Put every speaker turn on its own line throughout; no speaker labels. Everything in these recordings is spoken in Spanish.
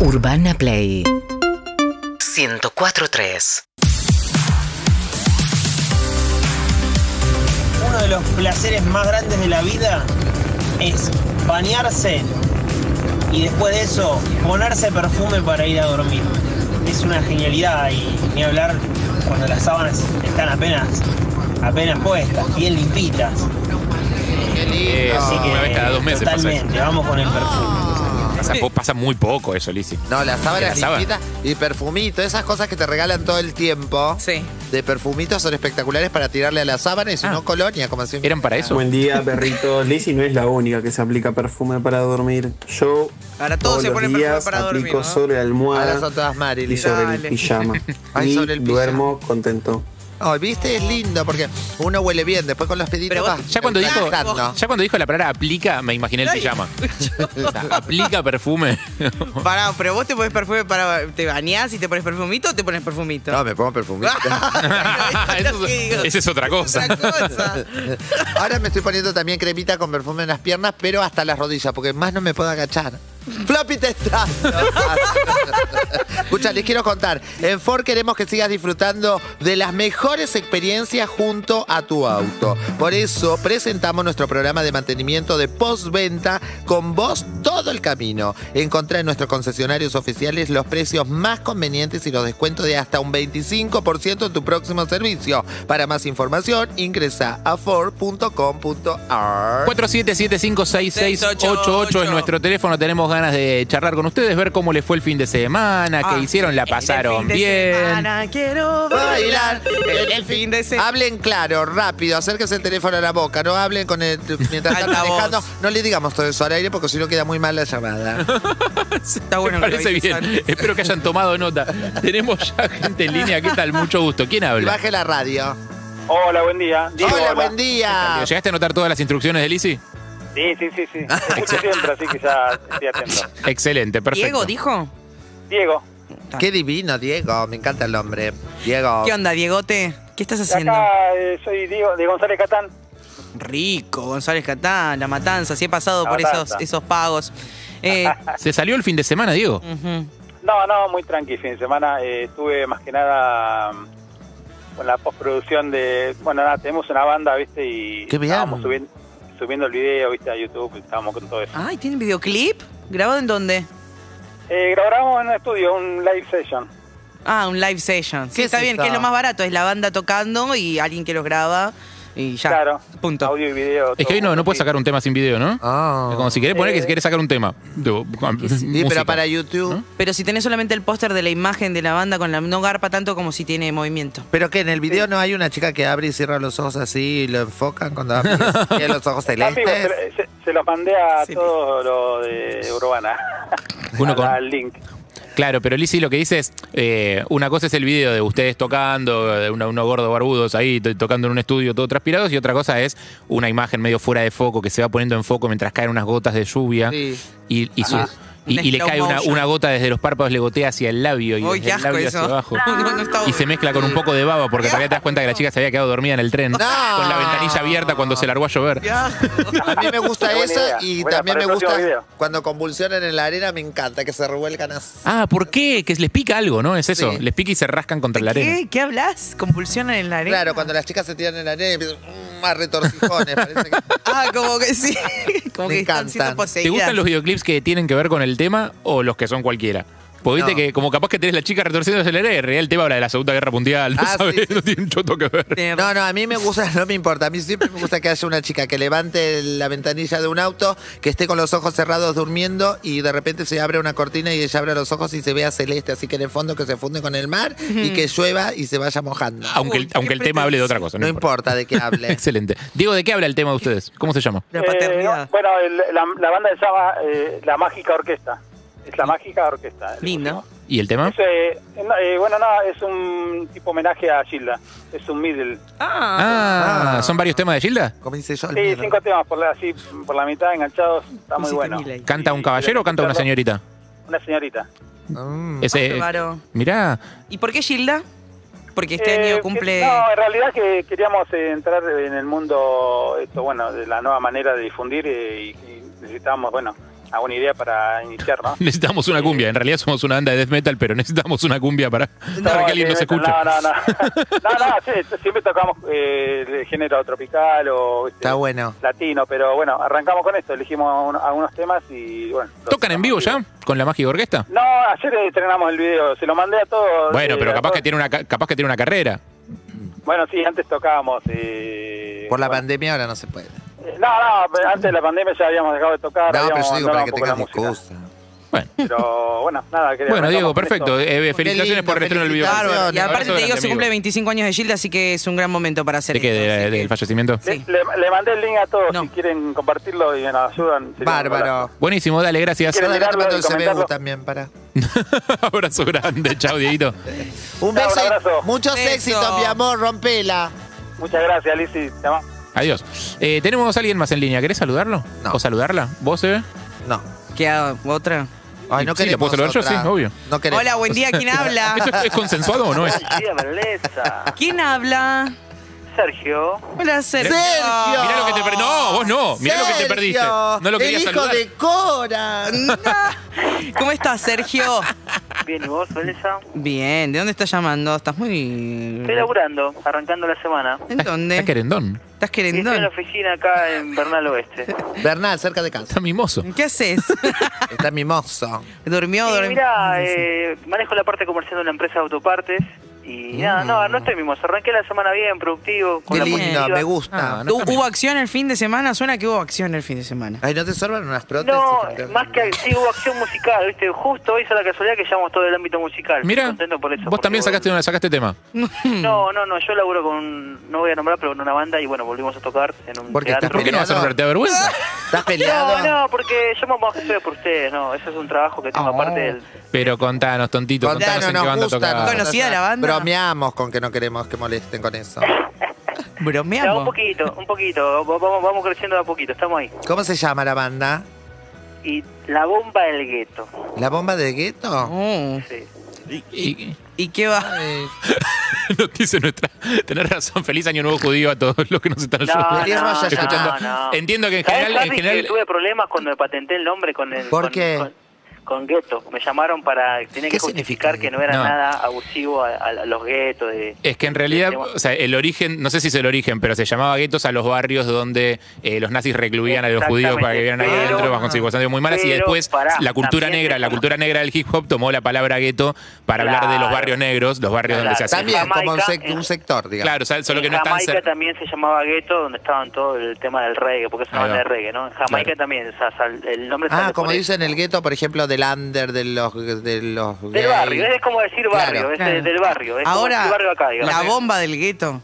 Urbana Play 104.3
Uno de los placeres más grandes de la vida es bañarse y después de eso ponerse perfume para ir a dormir. Es una genialidad y ni hablar cuando las sábanas están apenas, apenas puestas, bien limpitas.
Eh,
Así que
una vez cada dos meses pasa eso.
totalmente, vamos con el perfume.
Pasa, po- pasa muy poco eso, Lizzy.
No, las sábanas
Las sábanas.
limpitas y perfumito, esas cosas que te regalan todo el tiempo.
Sí.
De perfumitos son espectaculares para tirarle a la sábana y si
Ah.
no colonia, como siempre.
¿Eran para eso?
Buen día, perritos. Lizzy no es la única que se aplica perfume para dormir. Yo
Ahora todos
todos
se
los
ponen perfume
días
para dormir,
aplico
¿no?
sobre la
Ahora
almohada
Ah, son todas
y
Marilyn.
sobre
Dale.
el pijama.
Ay,
y
sobre el pijama.
duermo contento.
Ay, viste, es lindo porque uno huele bien, después con los peditos
Pero vos-
vas
Ya cuando, dijo,
relajando.
ya cuando dijo la palabra aplica, me imaginé el
Ay.
pijama. O sea, aplica perfume.
Pará, pero vos te pones perfume para. ¿Te bañás y te pones perfumito o te pones perfumito?
No, me pongo perfumito.
Eso es-
Digo,
esa es otra cosa.
otra cosa.
Ahora me estoy poniendo también cremita con perfume en las piernas, pero hasta las rodillas, porque más no me puedo agachar. Floppy te está. Escucha, les quiero contar. En Ford queremos que sigas disfrutando de las mejores experiencias junto a tu auto. Por eso presentamos nuestro programa de mantenimiento de postventa con vos todo el camino. Encontrá en nuestros concesionarios oficiales los precios más convenientes y los descuentos de hasta un 25% en tu próximo servicio. Para más información, ingresa a ford.com.ar.
47756688 es nuestro teléfono. Tenemos ganas de charlar con ustedes, ver cómo les fue el fin de semana,
Ah,
qué hicieron, la
el fin
pasaron
de
bien.
semana quiero
bailar
bailar. El, el fin de semana.
Hablen claro, rápido, acérquense el teléfono a la boca, no hablen con el mientras están
Altavoz.
manejando, no le digamos todo eso al aire porque si no queda muy mal la llamada.
Está bueno
Me
lo que
parece
dices,
bien.
Santi.
Espero que hayan tomado nota. Tenemos ya gente en línea. ¿Qué tal? Mucho gusto. ¿Quién
Y
habla?
baje la radio.
Hola, buen día. Diego,
Hola,
hola.
buen día.
¿Llegaste a anotar todas las instrucciones de Lizzy?
Sí, sí, sí, sí. Escucho siempre, así que ya estoy atento.
Excelente, perfecto.
Diego dijo.
Diego,
Qué divino, Diego, me encanta el nombre. Diego.
¿Qué onda, Diegote? ¿Qué estás
de
haciendo?
acá eh, soy Diego de González Catán.
Rico, González Catán, La Matanza. Si he pasado
La
por esos,
Matanza.
esos pagos. Eh,
¿Se salió el fin de semana, Diego?
ujú.
No, no, muy tranqui. Fin de semana eh, estuve más que nada mm, con la postproducción de. Bueno, nada, tenemos una banda, ¿viste? Y
Qué bien.
estábamos subiendo, subiendo el video, ¿viste? A YouTube, y estábamos con todo eso.
Ay, ¿tienen videoclip? ¿Grabado en dónde?
Eh, grabamos en un estudio, un live session.
Ah, un live session.
¿Qué
Sí,
es
está bien,
esta?
que es lo más barato, es la banda tocando y alguien que los graba y ya.
Claro.
Punto.
Audio y video.
Es que hoy no, no puedes sacar un tema sin video, ¿no?
Ah.
Es como si querés poner que
Eh.
si querés sacar un tema. Digo,
Sí,
música.
pero para YouTube.
¿No?
Pero si tenés solamente el póster de la imagen de la banda con la no garpa tanto como si tiene movimiento.
Pero que en el video no hay una chica que abre y cierra los ojos así y lo enfocan cuando abre y tiene los ojos
Ah, sí, pues,
celestes.
se, se- se los mandé a
Sí.
todos los de Urbana.
Uno con-
Al link.
Claro, pero Lizzy lo que dice es, eh, una cosa es el video de ustedes tocando, de uno, uno gordo barbudos ahí to- tocando en un estudio todo transpirados, y otra cosa es una imagen medio fuera de foco que se va poniendo en foco mientras caen unas gotas de lluvia
Sí.
y, y su-
Ajá.
y- y le
Un
cae una,
slow motion.
una gota desde los párpados, le gotea hacia el labio y
Uy,
desde
qué
el
asco
labio
eso.
hacia abajo.
No, no está
Y se mezcla con un poco de baba porque en realidad te das cuenta que la chica se había quedado dormida en el tren con la ventanilla abierta cuando se largó a llover.
A mí me gusta
Buena
eso
idea.
y
Buena,
también
para
me
el próximo
gusta
video.
cuando convulsionan en la arena, me encanta que se revuelcan así.
Ah, ¿por qué? Que les pica algo, ¿no? Es eso.
Sí.
Les pica y se rascan contra la arena.
¿Qué? ¿Qué hablas? ¿Compulsionan en la arena?
Claro, cuando las chicas se tiran en la arena y empiezan mm, a retorcijones. Parece que...
Ah, como que sí. Como
Me
que están
encantan.
siendo poseídas.
¿Te gustan los videoclips que tienen que ver con el tema o los que son cualquiera? Porque viste
No.
que como capaz que tenés la chica retorciéndose la arena, en realidad el tema habla de la Segunda Guerra Mundial, no
Ah, sí,
sabés,
sí,
no tiene un choto que ver.
Tenés
No, no, a mí me gusta, no me importa. A mí siempre me gusta que haya una chica que levante la ventanilla de un auto, que esté con los ojos cerrados durmiendo y de repente se abre una cortina y ella abre los ojos y se vea celeste. Así que en el fondo que se funde con el mar y que llueva y se vaya mojando.
Aunque el,
qué
aunque el tema hable de otra cosa, Ah, no,
No importa de qué hable.
Excelente. Diego, ¿de qué habla el tema de ustedes? ¿Cómo se llama?
La
Eh,
paternidad.
no, bueno, el- la, la banda se llama eh, La Mágica Orquesta. Es La Mágica Orquesta. el
Lindo.
¿Y el tema?
último. Es, eh, no, eh, bueno, no, es un tipo homenaje a Gilda. Es un middle.
Ah,
Ah,
Ah.
¿son varios temas de Gilda?
Como hice yo. el
Sí,
miedo.
cinco temas por la, así, por la mitad, enganchados. Está muy
pusiste
bueno.
Milei.
¿Canta un caballero o canta una señorita?
Una señorita.
Mm.
Ese,
Bárbaro.
mirá,
¿Y por qué Gilda? Porque este
Eh,
año
que-
cumple.
No, en realidad que queríamos eh, entrar en el mundo, esto, bueno, de la nueva manera de difundir eh, y, y necesitábamos, bueno, alguna idea para iniciar, ¿no?
Necesitamos una cumbia. En realidad somos una banda de death metal, pero necesitamos una cumbia para, para que alguien nos
sí,
escuche.
eh, No, no, no. no, no, sí, siempre tocamos eh, el género tropical o viste,
Está bueno.
latino, pero bueno, arrancamos con esto, elegimos un- algunos temas y bueno. los
¿Tocan en vivo ya?
tocamos
¿Con la mágica orquesta?
en vivo. No, ayer estrenamos el video, se lo mandé a todos.
Bueno,
eh,
pero
a
capaz que
todos.
tiene una ca- capaz que tiene una carrera.
Bueno, sí, antes tocábamos. Eh,
Por la
bueno,
pandemia ahora no se puede.
eh, No, no, pero antes de la pandemia ya habíamos dejado de tocar.
No, pero
habíamos
yo digo para que
abandonado
tengas
un poco la música.
excusa.
Bueno.
Pero bueno, nada, quería
Bueno,
arrancar
Diego,
con
perfecto.
esto.
Eh, felicitaciones
lindo,
por el estreno del video.
felicitaciones.
Abrazo
Y aparte te
grande,
digo, se
amigo.
cumple 25 años de Gilda, así que es un gran momento para hacer
¿De qué?
esto.
¿De-
así
de-
que-
¿Del fallecimiento?
Sí.
Le, le mandé el link a todos
No.
si quieren compartirlo y nos ayudan. sería un
Bárbaro.
abrazo.
Buenísimo, dale, gracias.
¿Quieren
Ahora
mirarlo
tomando
y
el CBU
comentarlo?
también, para.
Abrazo grande. Chao, Dieguito.
Un
Chao,
beso.
un
y
abrazo.
Muchos
Beso.
éxitos, mi amor. Rompela.
Muchas gracias, Lizzy. Te amo.
Adiós. Eh, tenemos a alguien más en línea. ¿Querés saludarlo?
No.
¿O saludarla? ¿Vos, Eve?
No.
¿Qué hago? ¿Otra?
Ay, no
Sí, ¿la puedo saludar
queremos
yo?
otra.
Sí, obvio.
No queremos.
Hola, buen día, ¿quién
¿Eso
habla?
es consensuado o no es?
¿Quién habla?
Sergio.
Hola, Sergio.
Sergio.
Mirá lo que te per- No, vos no. Mirá lo que te
Sergio,
perdiste. No lo querías
El hijo
saludar.
de Cora.
¿Cómo estás, Sergio?
Bien, ¿y vos, Beleza?
Bien, ¿de dónde estás llamando? Estás muy...
Estoy laburando, arrancando la semana.
¿En
Está-
dónde?
eh.
Está querendón.
Y
¿Estás
estoy en la
querendón?
oficina acá en Bernal Oeste.
Bernal, cerca de casa.
Está mimoso.
¿Qué haces?
Está mimoso.
¿Durmió?
Sí,
dormi-
mirá, eh, manejo la parte comercial de una empresa de autopartes. Y nada, no, no estoy mimoso. Arranqué la semana bien, productivo. Con
Qué
la
lindo,
positiva.
me
Ah,
gusta.
¿Hubo hubo acción el fin de semana? Suena que hubo acción el fin de semana.
Ay, ¿no te sorban unas prótesis?
No, más que sí hubo acción musical, ¿viste? Justo hoy es la casualidad que llevamos todo el ámbito musical. Estoy
Mira,
contento por eso.
vos
porque,
también sacaste,
bueno,
una- sacaste tema.
No, no, no, yo laburo con. No voy a nombrar, pero con una banda y bueno, volvimos a tocar en un
¿Por qué
teatro.
estás
¿Por qué no vas a
Peleado.
nombrarte a vergüenza?
¿Estás
No,
peleado?
no, porque yo me voy a estudiar por ustedes, no. Eso es un trabajo que
Ah,
tengo aparte del.
Pero contanos, tontito, contanos,
Contanos,
en qué
nos
banda
gusta.
tocás.
nos
Conocida
gusta.
la banda.
Bromeamos con que no queremos que molesten con eso.
No, un
¿Bromeamos?
poquito, un poquito. Va- Vamos, vamos creciendo de a poquito, estamos ahí.
¿Cómo se llama la banda?
Y la bomba del gueto.
¿La bomba de gueto?
Oh,
Sí.
Y-
¿Y qué va?
Eh,
Ay,
Nos dice nuestra. Tenés razón, feliz año nuevo judío a todos los que nos están ayudando.
Feliz Rosh Hashanah.
escuchando. Entiendo que en
¿Sabés,
general, en
Harry, que
general
tuve problemas cuando me patenté el nombre con el.
¿Por
con-
qué?
Con, con gueto. Me llamaron para. Tenía
¿Qué
que
significa?
justificar que no era
No.
nada abusivo a, a- a los guetos. De,
es que en realidad,
de- de-
o sea, el origen, no sé si es el origen, pero se llamaba guetos a los barrios donde eh, los nazis recluían a los judíos para que vivieran ahí
Exactamente,
adentro
pero-
bajo circunstancias muy malas y
pero,
después
pará,
la cultura
también
negra,
se-
la cultura negra del hip hop tomó la palabra gueto para hablar de los
Claro.
barrios negros, los barrios donde se
Claro.
hacía
También,
Jamaica,
como un, sec-
eh.
un sector, digamos.
Claro, o sea, solo que
en
no es tan
Jamaica
cer-
también se llamaba gueto, donde estaban todo el tema del reggae, porque es una
Ahí va.
banda de reggae, ¿no? En Jamaica
Claro.
también, o sea, sal- el nombre
Ah,
sale
como
por eso.
dicen el gueto, por ejemplo, del under, de los... De los
Del
gay.
barrio, es como decir barrio,
Claro.
es
Claro.
de- del barrio, es como
Ahora,
decir barrio acá, digamos.
la bomba del gueto.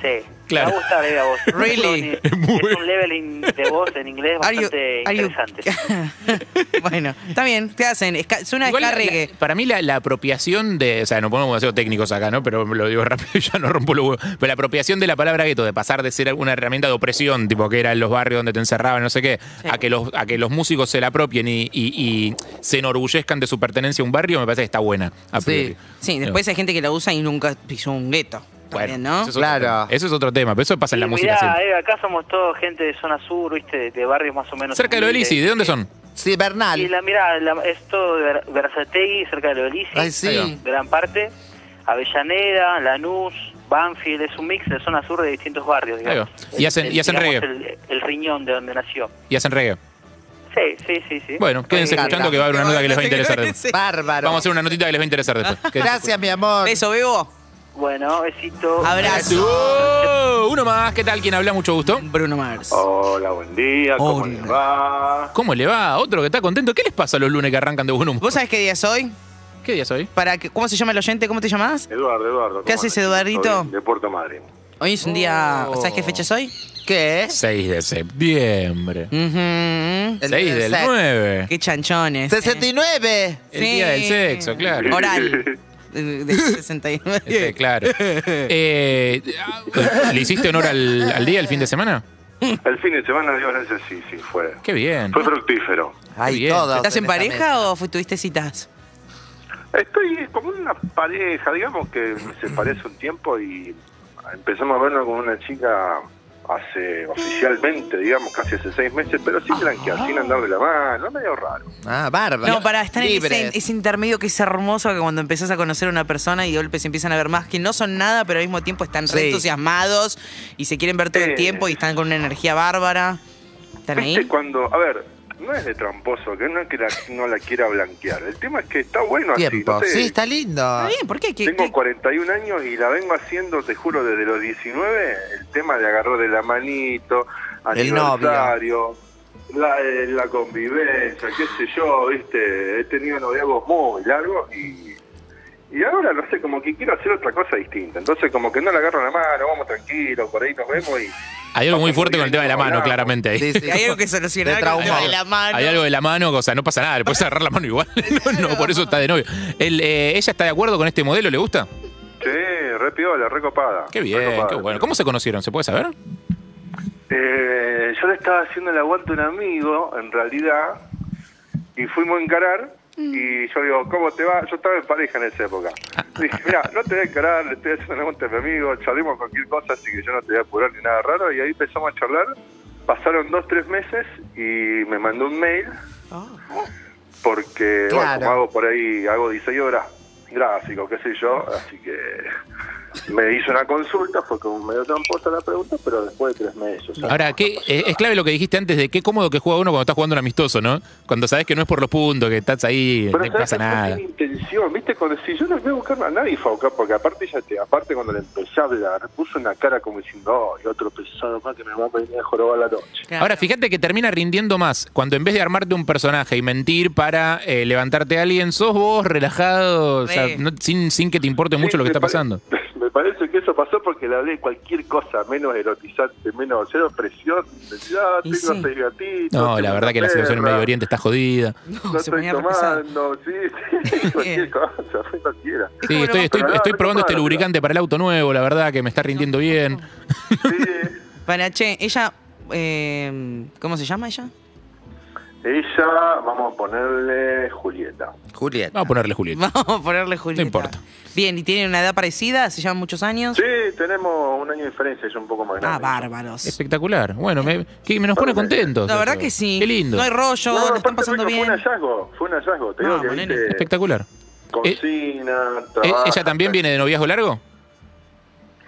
Sí,
Claro.
me va a gustar, eh, a vos.
Really?
Es un- Es un leveling de voz en inglés
Are you-
bastante
are you-
interesante.
bueno, está bien, ¿qué hacen? Esca- suena
Igual
ska
la-
reggae.
la- para mí la, la apropiación de, o sea, no ponemos demasiado técnicos acá, ¿no? Pero lo digo rápido y ya no rompo los huevos. Pero la apropiación de la palabra gueto, de pasar de ser una herramienta de opresión, tipo que era en los barrios donde te encerraban, no sé qué, a que los, a que los músicos se la apropien y, y- y se enorgullezcan de su pertenencia a un barrio, me parece que está buena. a priori.
Sí, después hay gente que la usa y nunca pisó un gueto. También, ¿no?
eso es otro
Claro.
tema. Eso es otro tema, pero eso pasa en la
Y
música.
mirá,
siempre.
eh, acá somos todos gente de zona sur, viste, de, de barrios más o
eh,
menos.
Cerca de lo de
humildes.
Lisi, ¿de dónde son?
Sí, Bernal.
Y la mira, la- es todo de Ber- Berazategui, cerca de lo de Lisi,
Ay, sí.
Ahí va.
gran parte. Avellaneda, Lanús, Banfield, es un mix de zona sur de distintos barrios.
Ahí va.
Digamos.
Y hacen-
El-
y hacen
digamos,
reggae.
El, el riñón de donde nació.
Y hacen reggae.
Sí, sí, sí. sí.
Bueno, quédense
Eh,
escuchando que va a haber una nota que les va a interesar. después.
Sí.
Bárbaro.
Vamos a hacer una notita que les va a interesar después. Quédense
Gracias, mi amor.
Beso, Bebo.
Bueno, besito.
Abrazo.
Uh, uno más, ¿qué tal? ¿Quién habla? Mucho gusto.
Bruno Mars.
Oh,
Hola, buen día, ¿cómo
Hola.
les va?
¿Cómo le va? Otro que está contento. ¿Qué les pasa a los lunes que arrancan de buen humor?
¿Vos sabés qué día es hoy?
¿Qué día es hoy?
Para que, ¿Cómo se llama el oyente? ¿Cómo te llamás?
Eduardo, Eduardo.
¿Qué
¿cómo
haces,
andas?
Eduardito?
Todo bien, De Puerto Madryn.
Hoy es un día...
Oh.
¿Sabes qué fecha es hoy?
¿Qué?
6 de septiembre.
Ujú.
El
6 del
sexo.
9.
Qué chanchones. eh.
69.
El día del
Sí.
sexo, claro.
Oral. Eh, De 69.
Este, claro. Eh, ¿Le hiciste honor al, al día, el fin de semana?
El fin de semana, Dios gracias, sí, sí, fue.
Qué bien.
Fue fructífero.
Ay,
bien.
todos.
¿Estás en
esta mesa.
pareja o fu- tuviste citas?
Estoy como una pareja, digamos que se parece un tiempo y empezamos a vernos con una chica hace oficialmente, digamos, casi hace seis meses, pero sin blanquear, sin andar de la mano, medio raro.
Ah, bárbaro.
No, para estar en
Libre.
ese, ese intermedio que es hermoso que cuando empezás a conocer a una persona y de golpe se empiezan a ver más que no son nada, pero al mismo tiempo están re
Sí.
entusiasmados y se quieren ver todo el
Eh.
tiempo y están con una energía bárbara. ¿Están
Viste
ahí?
cuando, a ver, no es de tramposo, que no es que la- no la quiera blanquear. El tema es que está bueno así.
Tiempo.
no sé.
Sí, está lindo.
Está bien, ¿por qué? ¿Qué-
Tengo
qué-
41 años y la vengo haciendo, te juro, desde los 19, el tema de agarrar de la manito,
El novio.
aniversario, la, eh, la convivencia, qué sé yo, viste, he tenido noviazgos muy largos y, y ahora no sé, como que quiero hacer otra cosa distinta, entonces como que no le agarro la mano, vamos tranquilos, por ahí nos vemos y...
Hay algo muy fuerte con el tema de la mano,
Hablamos.
claramente. ahí.
Sí, sí.
Hay algo que solucionar
De
con el tema
trauma.
de la mano.
Hay algo de la mano, o sea, no pasa nada, le puedes agarrar la mano igual. No, no, por eso está de novio. El, eh, ¿Ella está de acuerdo con este modelo? ¿Le gusta?
Che, re piola, re copada.
Qué bien,
recopada.
qué bueno. ¿Cómo se conocieron? ¿Se puede saber?
Eh, yo le estaba haciendo el aguante a un amigo, en realidad, y fuimos a encarar. Y yo digo, ¿cómo te va? Yo estaba en pareja en esa época. Le dije, mira, no te voy a encarar, le estoy haciendo el aguante a mi amigo, charlemos cualquier cosa, así que yo no te voy a apurar ni nada raro. Y ahí empezamos a charlar. Pasaron dos, tres meses y me mandó un mail porque,
Claro.
bueno, como hago por ahí, hago 16 horas gráficos, qué sé yo, así que me hizo una consulta, fue como medio tramposa la pregunta, pero después de tres meses. o sea,
Ahora,
no
¿qué, eh,
pasó
es,
nada.
es clave lo que dijiste antes de qué cómodo que juega uno cuando estás jugando un amistoso, ¿no? Cuando sabes que no es por los puntos, que estás ahí,
Pero
no
sabes
pasa
que no
nada.
tiene intención, ¿viste? Cuando si yo no voy a buscar a nadie fue a buscar, porque aparte ella te, aparte cuando le empecé a hablar, puso una cara como diciendo, oh, y otro pesado más que me va a venir a jorobar la noche.
Claro.
Ahora, fíjate que termina rindiendo más cuando en vez de armarte un personaje y mentir para eh, levantarte a alguien, sos vos relajado, o sea,
Sí.
no- sin, sin que te importe mucho
Sí,
lo que
me
está
pare-
pasando.
Me parece que eso pasó porque le hablé de cualquier cosa, menos erotizante, menos cero presión. Ya
Y
tengo
sí.
seis
No,
gatitos. tengo
la verdad
una
que la situación en
perra,
Medio Oriente está jodida.
No,
No,
se
estoy
ponía re pesado.
tomando, sí, sí, cualquier cosa, fue cualquiera.
Sí,
como
estoy,
lo
estoy,
más-
estoy probando este
Claro.
lubricante para el auto nuevo, la verdad que me está rindiendo bien.
Sí,
Para, che, ella... eh, ¿Cómo se llama ella?
ella, vamos a ponerle Julieta.
Julieta.
Vamos a ponerle Julieta.
Vamos a ponerle Julieta.
importa.
Bien, ¿y tienen una edad parecida? ¿Se llevan muchos años?
Sí, tenemos un año de diferencia, es un poco más grande.
Ah, bárbaros.
Espectacular. Bueno, me, que me nos pone contentos.
La verdad
eso.
que sí.
Qué lindo.
No hay rollo,
No,
la
aparte,
están pasando
Rico,
bien.
Fue un hallazgo, fue un hallazgo.
Ah,
Te
No,
digo que
ponele.
viste,
Espectacular.
cocina,
¿E-
trabaja.
¿Ella también viene de noviazgo largo?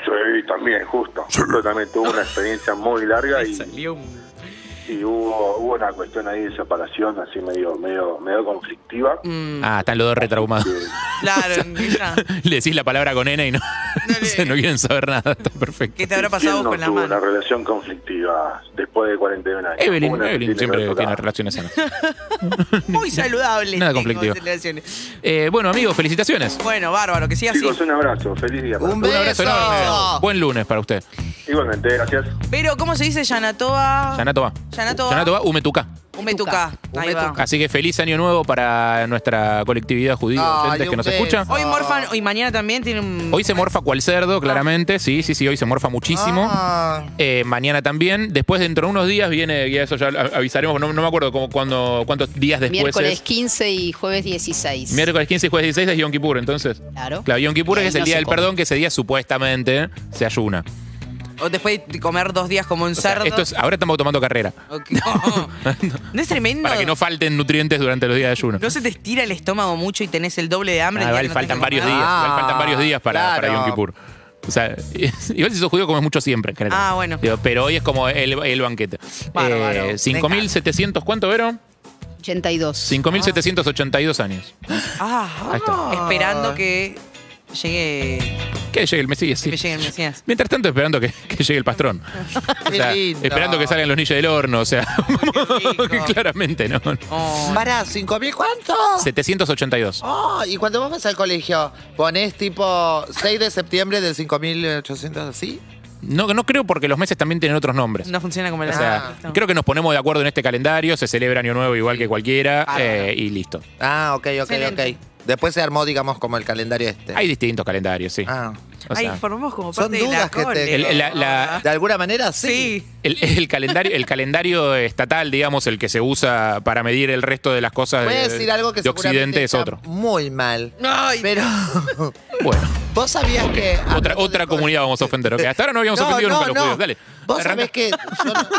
Sí, también, justo. Yo también tuve una experiencia muy larga y,
Salió un-
y hubo, hubo una cuestión ahí de separación así medio medio medio conflictiva.
Mm,
Ah, están los dos retraumados.
Claro, ella.
Le decís la palabra con N y no,
le-
se- no quieren saber nada. Está perfecto.
¿Qué te habrá
¿Quién
pasado
no
con la
tuvo una
mano?
relación conflictiva después de 41 años?
Evelyn,
Una que
Evelyn
tiene que
siempre
ver
tiene
tocada.
relaciones sanas.
Muy saludable. este
Nada
tengo
conflictivo.
relaciones.
Eh, bueno, amigos, felicitaciones.
Bueno, bárbaro, que siga así.
Chicos, un abrazo. Feliz día. para
Un
Un abrazo
beso.
enorme. Buen lunes para usted.
todos. Igualmente, gracias.
Pero, ¿cómo se dice Yanatoa?
Yanato va.
Yanato va.
Yanato va, Umetuca.
Umetuca. Ahí va.
Así que feliz año nuevo para nuestra colectividad judía
Ay,
oyentes que
un
nos
beso.
escucha.
Ah.
Hoy morfan, hoy mañana también tiene un...
Hoy se morfa cual cerdo, claramente. Sí, sí, sí, hoy se morfa muchísimo.
Ah.
Eh, mañana también. Después, dentro de unos días, viene, ya eso ya a- avisaremos, no, no me acuerdo cómo, cuándo- cuántos días después
Miércoles
es.
15 y jueves 16.
Miércoles 15 y jueves 16 es Yom Kippur, entonces.
Claro.
Claro, Yom Kippur
Y ahí
que es el
no
día
se
del
come.
perdón, que ese día supuestamente se ayuna.
O después de comer dos días como un
O sea,
cerdo.
esto es- ahora estamos tomando carrera.
Ok. No. ¿No es tremendo?
Para que no falten nutrientes durante los días de ayuno.
¿No se te estira el estómago mucho y tenés el doble de hambre.
Ah,
el día
igual
que no
faltan
tenés que
varios
comer?
días. igual faltan varios días para,
claro.
para Yom Kippur. O sea, igual si sos judío comes mucho siempre, creo.
Ah, bueno.
Digo, Pero hoy es como el, el banquete.
Bárbaro.
Eh, 5.700, ¿cuánto, Vero?
82.
5.782 años.
Ah,
Ahí está.
esperando que llegue,
Que llegue el Mesías. sí.
que llegue el Mesías.
Mientras tanto, esperando que, que llegue el pastrón. O
Qué
sea,
lindo.
esperando que salgan los niños del horno. O sea,
rico.
claramente no.
Oh,
Pará, ¿cinco mil cuánto?
782.
Oh, y cuando vos vas al colegio, ponés tipo 6 de septiembre del 5800, así.
No, no creo porque los meses también tienen otros nombres.
no funciona como Ah, el
O
Ah,
sea, creo que nos ponemos de acuerdo en este calendario, se celebra Año Nuevo igual que cualquiera eh, y listo.
Ah, ok, ok,
Excelente.
ok. Después se armó, digamos, como el calendario este.
Hay distintos calendarios, sí.
Ah,
O
Ay,
sea,
formamos como
Son
parte de la
dudas que
cole.
tengo.
El- la- la-
De alguna manera, sí.
Ah. Sí.
el, el calendario, el calendario estatal, digamos, el que se usa para medir el resto de las cosas
Voy
de,
a decir algo que
Eh, de
seguramente
Occidente es
está
otro.
muy mal.
Ay,
Pero
Bueno,
vos sabías que...
otra,
hablando
otra
de cosas-
comunidad vamos a ofender. ok. Hasta ahora no habíamos
No,
ofendido
no,
nunca a los
no.
judíos. Dale.
Vos
Arranca.
sabés que yo,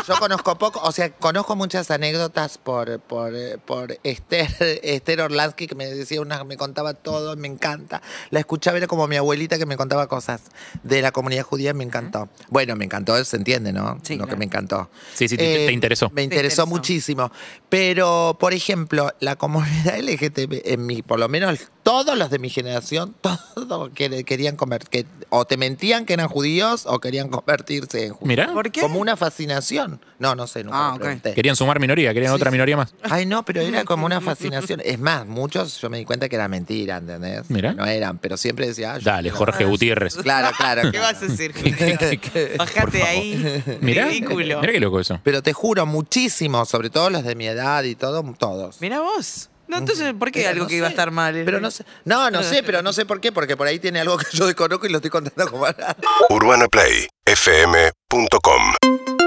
yo conozco poco, o sea, conozco muchas anécdotas por por, eh, por Esther, Esther Orlansky, que me decía una, me contaba todo, me encanta. La escuchaba, era como mi abuelita que me contaba cosas de la comunidad judía, me encantó. Bueno, me encantó, se entiende, ¿no?
Sí,
Lo que
claro.
me encantó.
Sí, sí, te- te interesó.
eh, Me interesó
interesó.
muchísimo. Pero, por ejemplo, la comunidad LGTB, en mi, por lo menos todos los de mi generación, todos que- querían comer, que, o te mentían que eran judíos o querían convertirse en judíos.
Mirá,
¿Por qué?
Como una fascinación. No, no sé, nunca
Ah,
lo
ok.
pregunté.
querían sumar minoría, querían
Sí,
otra
sí.
minoría más.
Ay, no, pero era como una fascinación. Es más, muchos yo me di cuenta que era mentira, ¿entendés?
Mirá.
No eran, pero siempre decía. ah, yo-
Dale, Jorge Gutiérrez.
Claro, claro.
¿Qué
claro.
vas a decir?
Por
Bájate
favor.
ahí.
Mirá,
Ridículo.
mirá qué loco eso.
Pero te juro, muchísimo, sobre todo los de mi edad y todo, todos.
Mirá vos. No, entonces, ¿por qué
Pero
algo
no
que iba a
sé,
estar mal?
Pero no sé. No, no sé, pero no sé por qué, porque por ahí tiene algo que yo desconozco y lo estoy contando como
UrbanaPlayFM.com